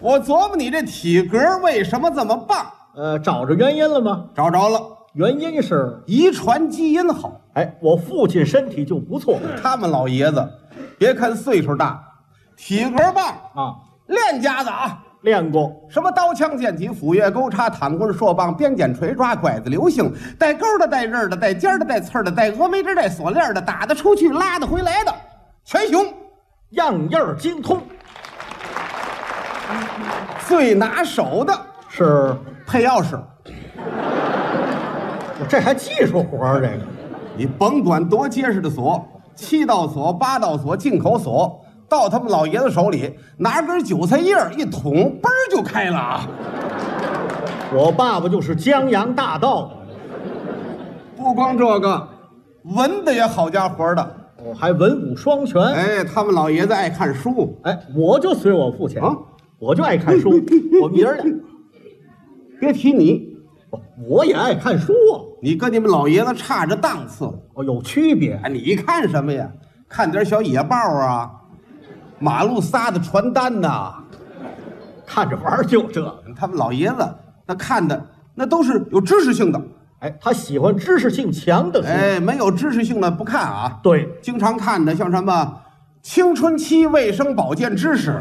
我琢磨你这体格为什么这么棒？呃，找着原因了吗？找着了，原因是，遗传基因好。哎，我父亲身体就不错他们老爷子，别看岁数大，体格棒，啊，练家子啊，练过，什么刀枪剑戟斧钺钩叉躺棍槊棒鞭锏锤抓拐子流星，带钩的带刃的带尖的带刺儿的带峨眉针带锁链的打得出去拉得回来的，全雄。样样精通，最拿手的是，配钥匙，这还技术活儿，这个你甭管多结实的锁，七道锁、八道锁、进口锁，到他们老爷子手里拿根韭菜叶儿一捅，嘣儿就开了啊！我爸爸就是江洋大盗，不光这个，文的也好家伙的。哦，还文武双全。哎哎，他们老爷子爱看书，我就随我父亲啊我就爱 看书，我们爷儿俩，别提你，我也爱看书啊，你跟你们老爷子差着档次了。哦，有区别哎，你看什么呀？看点小野报啊，马路撒的传单呐、看着玩儿就这个。他们老爷子那看的那都是有知识性的，哎，他喜欢知识性强的书。哎，没有知识性的不看啊。对，经常看的像什么青春期卫生保健知识，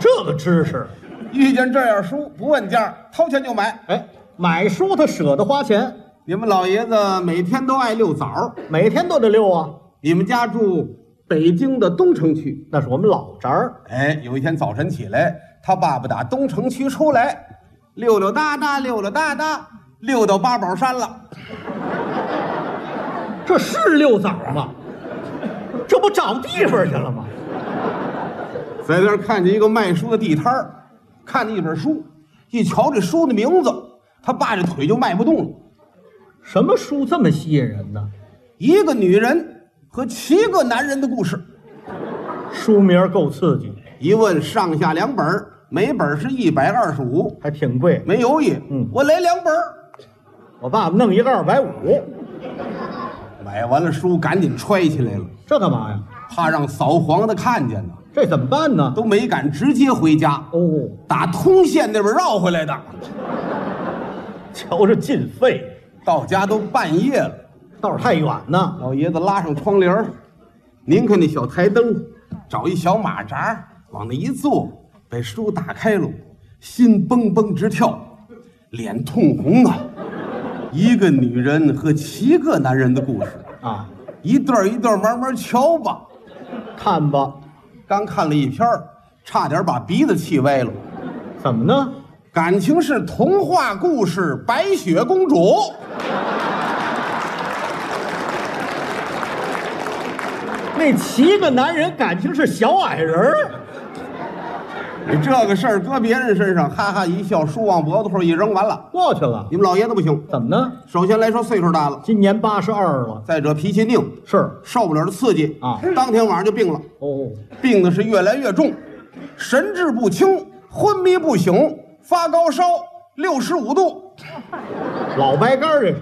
这个知识，遇见这样书不问价，掏钱就买。哎，买书他舍得花钱，你们老爷子每天都爱遛早，每天都得溜啊。你们家住北京的东城区，那是我们老宅儿，哎，有一天早晨起来，他爸爸打东城区出来，溜溜达达，溜溜达达，溜到八宝山了。这是溜枣吗？这不找地方去了吗？在那儿看见一个卖书的地摊儿，看见一本书，一瞧这书的名字，他爸这腿就迈不动了。什么书这么吸引人呢？一个女人和七个男人的故事，书名儿够刺激，一问上下两本儿，每本儿是一百二十五，还挺贵。没犹豫，嗯我来两本儿。我爸爸弄一个二百五，买完了书，赶紧揣起来了，这干嘛呀？怕让扫黄的看见呢，这怎么办呢？都没敢直接回家，哦，打通县那边绕回来的。瞧这进费，到家都半夜了，道儿太远呢。老爷子拉上窗帘儿，拧开那小台灯，找一小马扎往那一坐，把书打开了，心蹦蹦直跳，脸通红啊！一个女人和七个男人的故事，啊，一段一段慢慢瞧吧。看吧，刚看了一篇儿，差点把鼻子气歪了。怎么呢？感情是童话故事《白雪公主》，那七个男人感情是小矮人儿，你这个事儿搁别人身上，哈哈一笑，书往脖子后一扔，完了。过去了。你们老爷子不行，怎么呢？首先来说岁数大了，今年八十二了，再者脾气拧，是受不了这刺激啊当天晚上就病了，哦，病的是越来越重，神志不清，昏迷不醒，发高烧，六十五度、老白干儿这是，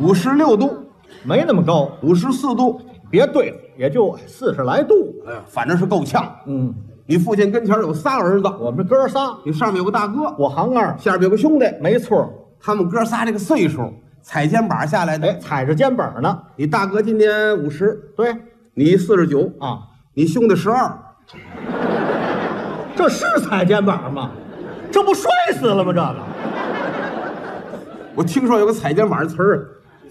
五十六度、没那么高，五十四度，别对付，也就四十来度。哎呀，反正是够呛。嗯，你父亲跟前有仨儿子，我们哥仨，你上面有个大哥，我行二，下边有个兄弟，没错儿。他们哥仨这个岁数，踩肩膀下来的。哎，踩着肩膀呢。你大哥今年五十，对你四十九，啊，你兄弟十二，这是踩肩膀吗？这不摔死了吗？这个我听说有个踩肩膀的词儿啊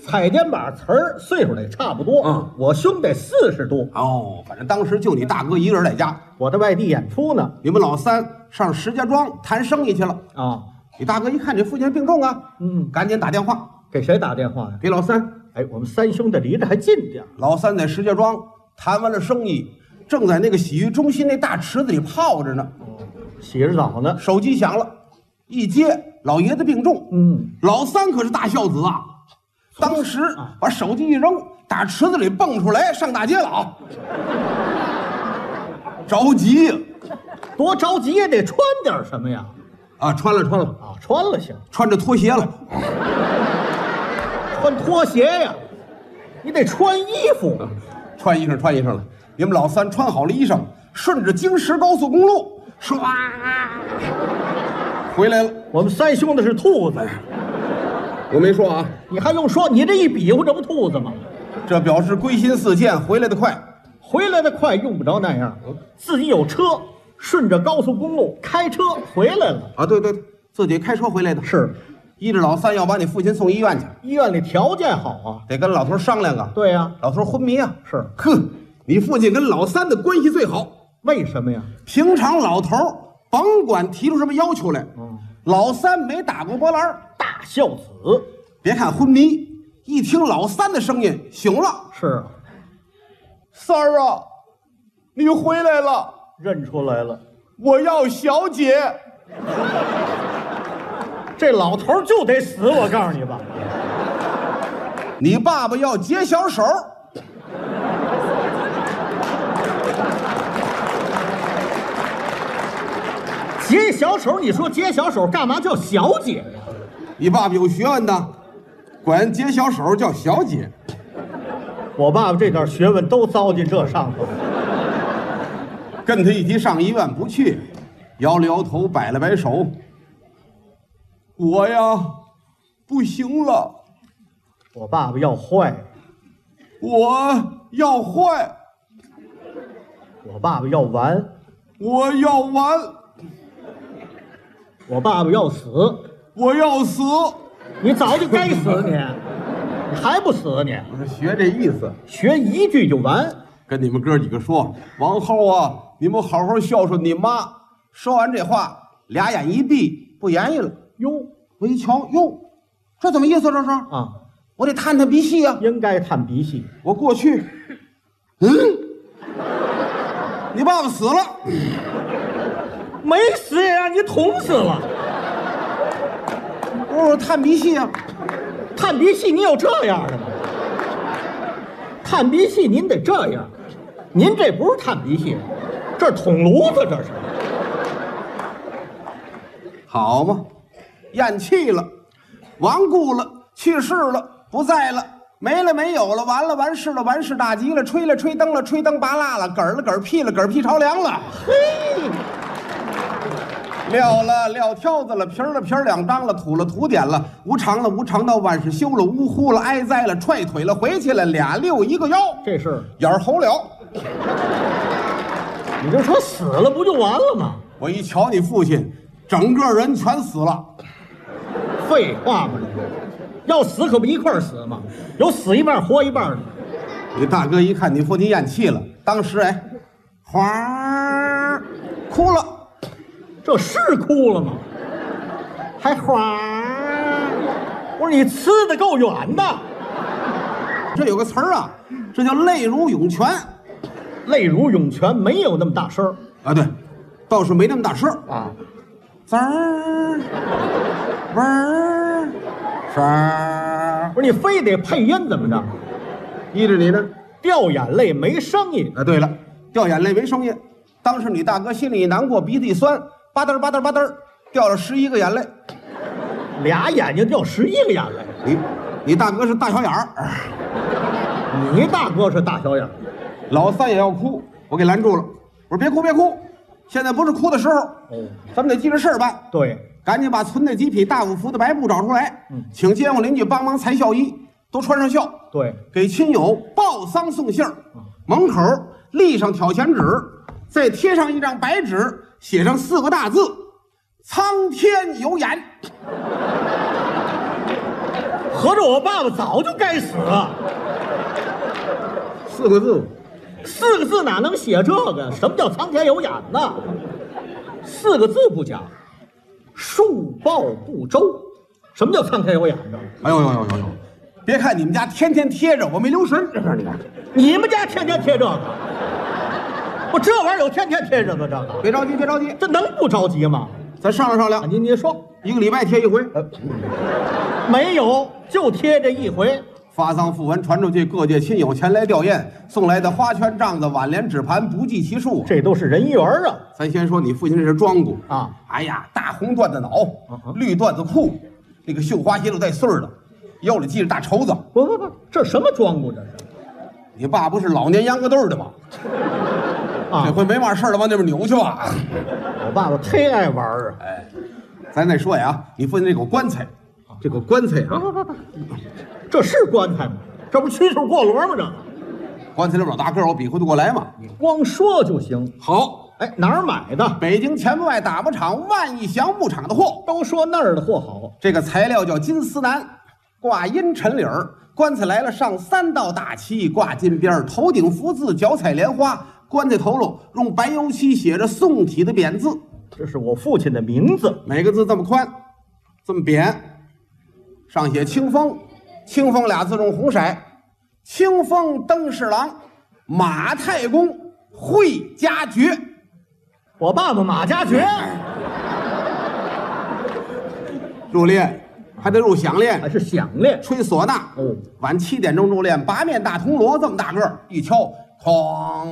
踩肩膀词儿岁数得差不多。嗯，我兄弟四十多，啊。哦，反正当时就你大哥一个人在家，我在外地演出呢。你们老三上石家庄谈生意去了。啊，你大哥一看这父亲病重啊，嗯，赶紧打电话给谁打电话呀？给老三。哎，我们三兄弟离得还近点儿老三在石家庄谈完了生意，正在那个洗浴中心那大池子里泡着呢。洗着澡呢。手机响了，一接，老爷子病重。嗯，老三可是大孝子啊，当时啊把手机一扔，打池子里蹦出来，上大街了啊！着急呀多着急也得穿点儿什么呀？啊，穿了穿了，啊，穿了行，穿着拖鞋了，穿拖鞋呀，你得穿衣服。穿衣裳穿衣裳了。你们老三穿好了衣裳，顺着京石高速公路唰，回来了。我们三兄弟是兔子，我没说啊，你还用说？你这一比划，这不兔子吗？这表示归心似箭，回来的快。回来的快，用不着那样嗯，自己有车，顺着高速公路开车回来了。啊，对对，对自己开车回来的。是，依着老三要把你父亲送医院去，医院里条件好啊。得跟老头商量啊。，对呀、老头昏迷啊。是哼，你父亲跟老三的关系最好，为什么呀？平常老头儿甭管提出什么要求来，老三没打过波澜儿。大孝子别看昏迷，一听老三的声音醒了，是啊，三儿啊，你回来了，认出来了，我要小姐。这老头儿就得死，我告诉你吧。你爸爸要解小手，解小手，你说解小手干嘛叫小姐呀？你爸爸有学问的，管解小手叫小姐。我爸爸这点学问都糟践这上头了。跟他一起上医院不去，摇了摇头，摆了摆手。我呀，不行了，我爸爸要坏，我要坏，我爸爸要完，我要完，我爸爸要死。我要死。你早就该死你，你还不死你？我说学这意思，学一句就完。跟你们哥几个说，往后啊，你们好好孝顺你妈。说完这话，俩眼一闭，不言语了。哟我一瞧，哟，这怎么意思？这是？啊，我得探探鼻息啊！应该探鼻息。我过去，嗯，你爸爸死了。没死也让你捅死了。我说探鼻息啊，探鼻息，你有这样的吗？探鼻息，您得这样。您这不是探鼻息，这是捅炉子，这是。好嘛，咽气了，亡故了，去世了，不在了，没了没有了，完了完事了，完事大吉了，吹了吹灯了，吹灯拔蜡了，嗝儿了嗝儿屁了嗝儿屁朝凉了，嘿，撂了撂挑子了，皮儿了皮儿两张了，土了土点了，无常了无常到万事休了，呜呼了哀哉了，踹腿了回去了，俩六一个腰，这事儿眼儿红了。你就说死了不就完了吗？我一瞧你父亲，整个人全死了。废话嘛，要死可不一块儿死嘛，有死一半活一半的。你大哥一看你父亲咽气了，当时哎，哗儿，哭了。这是哭了吗？还花儿？我说你呲的够远的，这有个词儿啊，这叫泪如涌泉泪如涌泉，没有那么大声儿啊。对，倒是没那么大声儿，啊。滋儿，嗡儿，声儿。我说你非得配音怎么着？依着你呢。掉眼泪没声音，啊，对了，掉眼泪没声音。当时你大哥心里一难过，鼻子一酸，吧嗒儿吧嗒儿吧嗒儿，掉了十一个眼泪。俩眼睛掉十一个眼泪。你，你大哥是大小眼儿，你大哥是大小眼儿，老三也要哭，我给拦住了。我说别哭别哭，现在不是哭的时候。哦，咱们得记着事儿办，对，赶紧把存那几匹大五福的白布找出来，请街坊邻居帮忙裁孝衣，都穿上孝，对，给亲友报丧送信儿。门口立上挑钱纸，再贴上一张白纸，写上四个大字：苍天有眼。合着我爸爸早就该死了。四个字，四个字哪能写这个？什么叫苍天有眼呢？四个字不假，树报不周。什么叫苍天有眼呢？哎呦呦呦呦呦！别看你们家天天贴着，我没留神。这事儿你看，你们家天天贴这个，我这玩意儿有天天贴着吗？这个别着急，别着急，这能不着急吗？咱商量商啊，量，您您说呃嗯一个礼拜贴一回。没有，就贴这一回。发丧讣文传出去，各界亲友前来吊唁，送来的花圈、帐子、挽联、纸盘不计其数。这都是人缘儿啊！咱先说你父亲这是庄主啊，嗯哎呀，大红缎子脑，绿缎子裤，那个绣花鞋都带穗儿的，腰里系着大绸子。不不不，这什么庄主这是？你爸不是老年秧歌队儿的吗？啊这回没嘛事儿了，往那边扭去吧。 我爸爸忒爱玩儿啊！咱再说呀，啊，你父亲这口棺材，这口棺材 啊，这是棺材吗？这不蛐蛐过箩吗？这个棺材里边老大个儿，我比划得过来吗？你光说就行。好，哎，哪儿买的？北京前门外打磨厂万义祥木厂的货，都说那儿的货好，这个材料叫金丝楠，挂阴沉里儿。棺材来了，上三道大漆，挂金边儿，头顶福字，脚踩莲花。棺材头喽，用白油漆写着宋体的匾字，这是我父亲的名字。每个字这么宽，这么扁，上写“清风”，“清风”俩字用红色，“清风登侍郎，马太公，会家爵我爸爸马家爵，”。入殓还得入响还殓，是响亮。吹唢呐。哦晚七点钟入殓，八面大铜锣这么大个儿，一敲，哐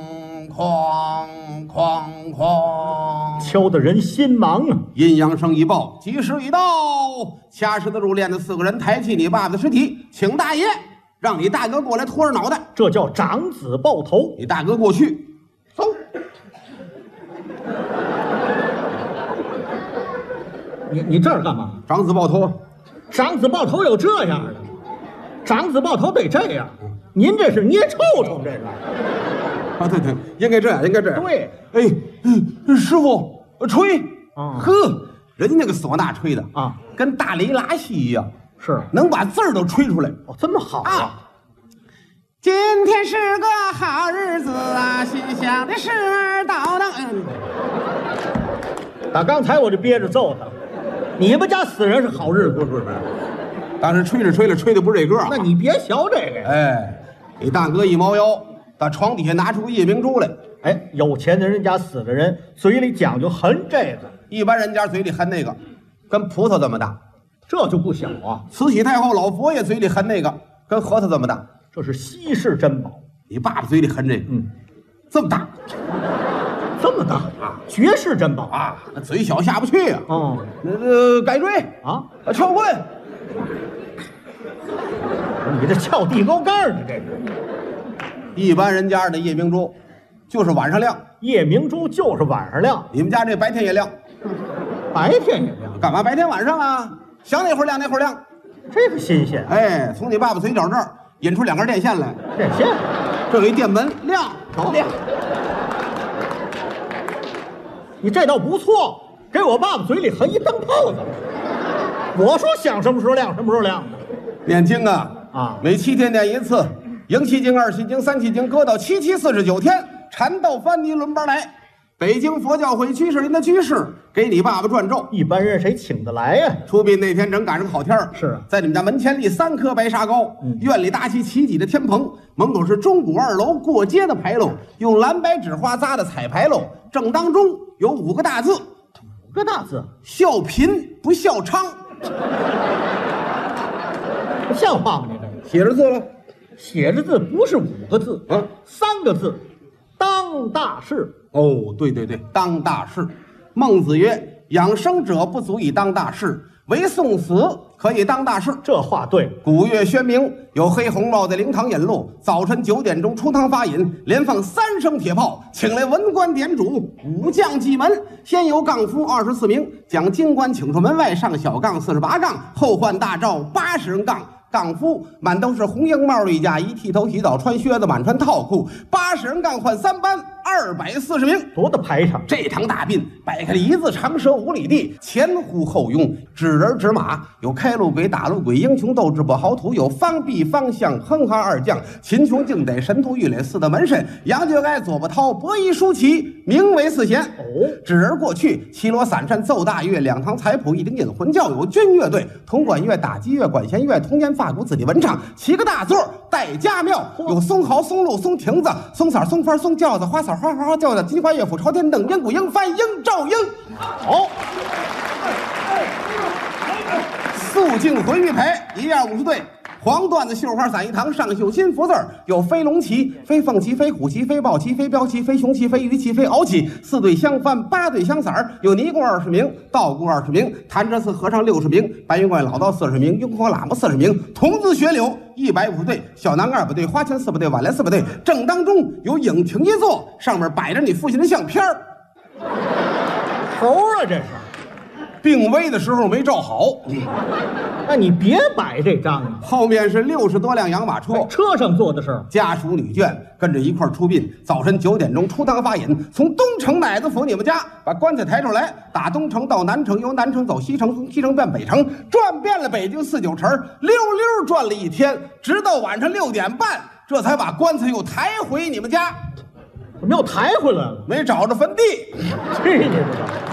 哐哐哐。敲得人心忙啊！阴阳声一报，吉时已到。掐时的入殓的四个人抬起你爸爸的尸体，请大爷，让你大哥过来拖着脑袋。这叫长子抱头。你大哥过去，走。你你这儿干嘛？长子抱头，长子抱头有这样的？长子抱头得这样。您这是捏臭虫，这是啊，对对，应该这样，应该这样。对，哎，嗯师傅吹啊呵，人家那个唢呐吹的啊，跟大雷拉戏一样，是能把字儿都吹出来。哦，这么好啊！今天是个好日子啊，心想的事儿到当。嗯打刚才我就憋着揍他。你们家死人是好日子，不是不是？当时吹着吹着吹的不是这歌啊，那你别学这个呀！哎，你大哥一猫腰，打床底下拿出个夜明珠来。哎，有钱的人家死的人嘴里讲究含这个，一般人家嘴里含那个，跟葡萄这么大；这就不小啊！慈禧太后、老佛爷嘴里含那个，跟核桃这么大。这是稀世珍宝，你爸爸嘴里含这个，嗯，这么大这么大啊，绝世珍宝啊！啊，那嘴小下不去啊。哦那呃，改锥啊，啊，撬棍，你这撬地沟盖儿呢，这是一般人家的夜明珠，就是晚上亮，夜明珠就是晚上亮，你们家这白天也亮，白天也亮，干嘛白天晚上啊？想哪会儿亮哪会儿亮。这个新鲜。哎，从你爸爸嘴角这儿引出两根电线来，这些这有一电门亮，着亮。你这倒不错，给我爸爸嘴里含一灯泡子。我说想什么时候亮什么时候亮的。念经啊啊每七天念一次，迎七经、二七经、三七经，搁到七七四十九天，缠到翻泥轮班来。北京佛教会居士林的居士给你爸爸转咒。一般人谁请得来呀、出殡那天正赶上个好天儿，是啊在你们家门前立三棵白沙高，院里搭起起脊的天棚，门口是钟鼓二楼过街的牌楼，用蓝白纸花扎的彩牌楼，正当中有五个大字：五个大字，笑贫不笑娼，不像话吗？你这个写着字了。写着字不是五个字，嗯三个字，当大事。哦，对对对，当大事。孟子曰：“养生者不足以当大事，唯送死可以当大事。这话对，”古月宣明，有黑红帽在灵堂引路，早晨九点钟出堂发引，连放三声铁炮，请来文官点主，武将祭门。先由杠夫二十四名将京官请出门外，上小杠四十八杠，后换大罩八十人杠。杠夫满都是红缨帽的一家，一剃头洗澡穿靴子，满穿套裤。八十人杠换三班，二百四十名。多大排场！啊这堂大殡摆开了一字长蛇五里地，前呼后拥，指人指马，有开路鬼、打路鬼，英雄斗志不豪图，有方必方向哼哈二将，秦琼敬得神徒玉垒四大门神，杨觉该左伯涛伯夷叔齐，名为四贤。哦指人过去，绮罗散扇奏大乐，两堂彩谱一顶引魂教，有军乐队、铜管乐、打击乐、管弦乐、童年发鼓、子弟文唱，七个大座儿带家庙，有松毫、松露、松亭子、松色、松幡、松轿子、花色、花花花轿子、金花乐府、朝天凳、鹰鼓、鹰幡、鹰照鹰，好，肃静回玉陪，一样五十对，黄缎子、绣花伞一堂，上绣金福字儿，有飞龙旗、飞凤旗、飞虎旗、飞豹旗、飞镖旗、飞熊旗、飞鱼旗、飞鳌旗，四对香幡，八对香伞儿，有尼姑二十名，道姑二十名，潭柘寺和尚六十名，白云观老道四十名，雍和喇嘛四十名，童子学柳一百五十对，小南二百对，花钱四百对，晚来四百对，正当中有影亭一座，上面摆着你父亲的相片儿。猴啊，这是。病危的时候没照好，那你别摆这张了，后面是六十多辆养马车。车上做的事儿。家属女眷跟着一块儿出殡。早晨九点钟出堂发引，从东城奶子府你们家把棺材抬出来，打东城到南城，由南城走西城，从西城变北城，转遍了北京四九城，溜溜转了一天，直到晚上六点半，这才把棺材又抬回你们家。怎么又抬回来了？没找着坟地，去你的吧！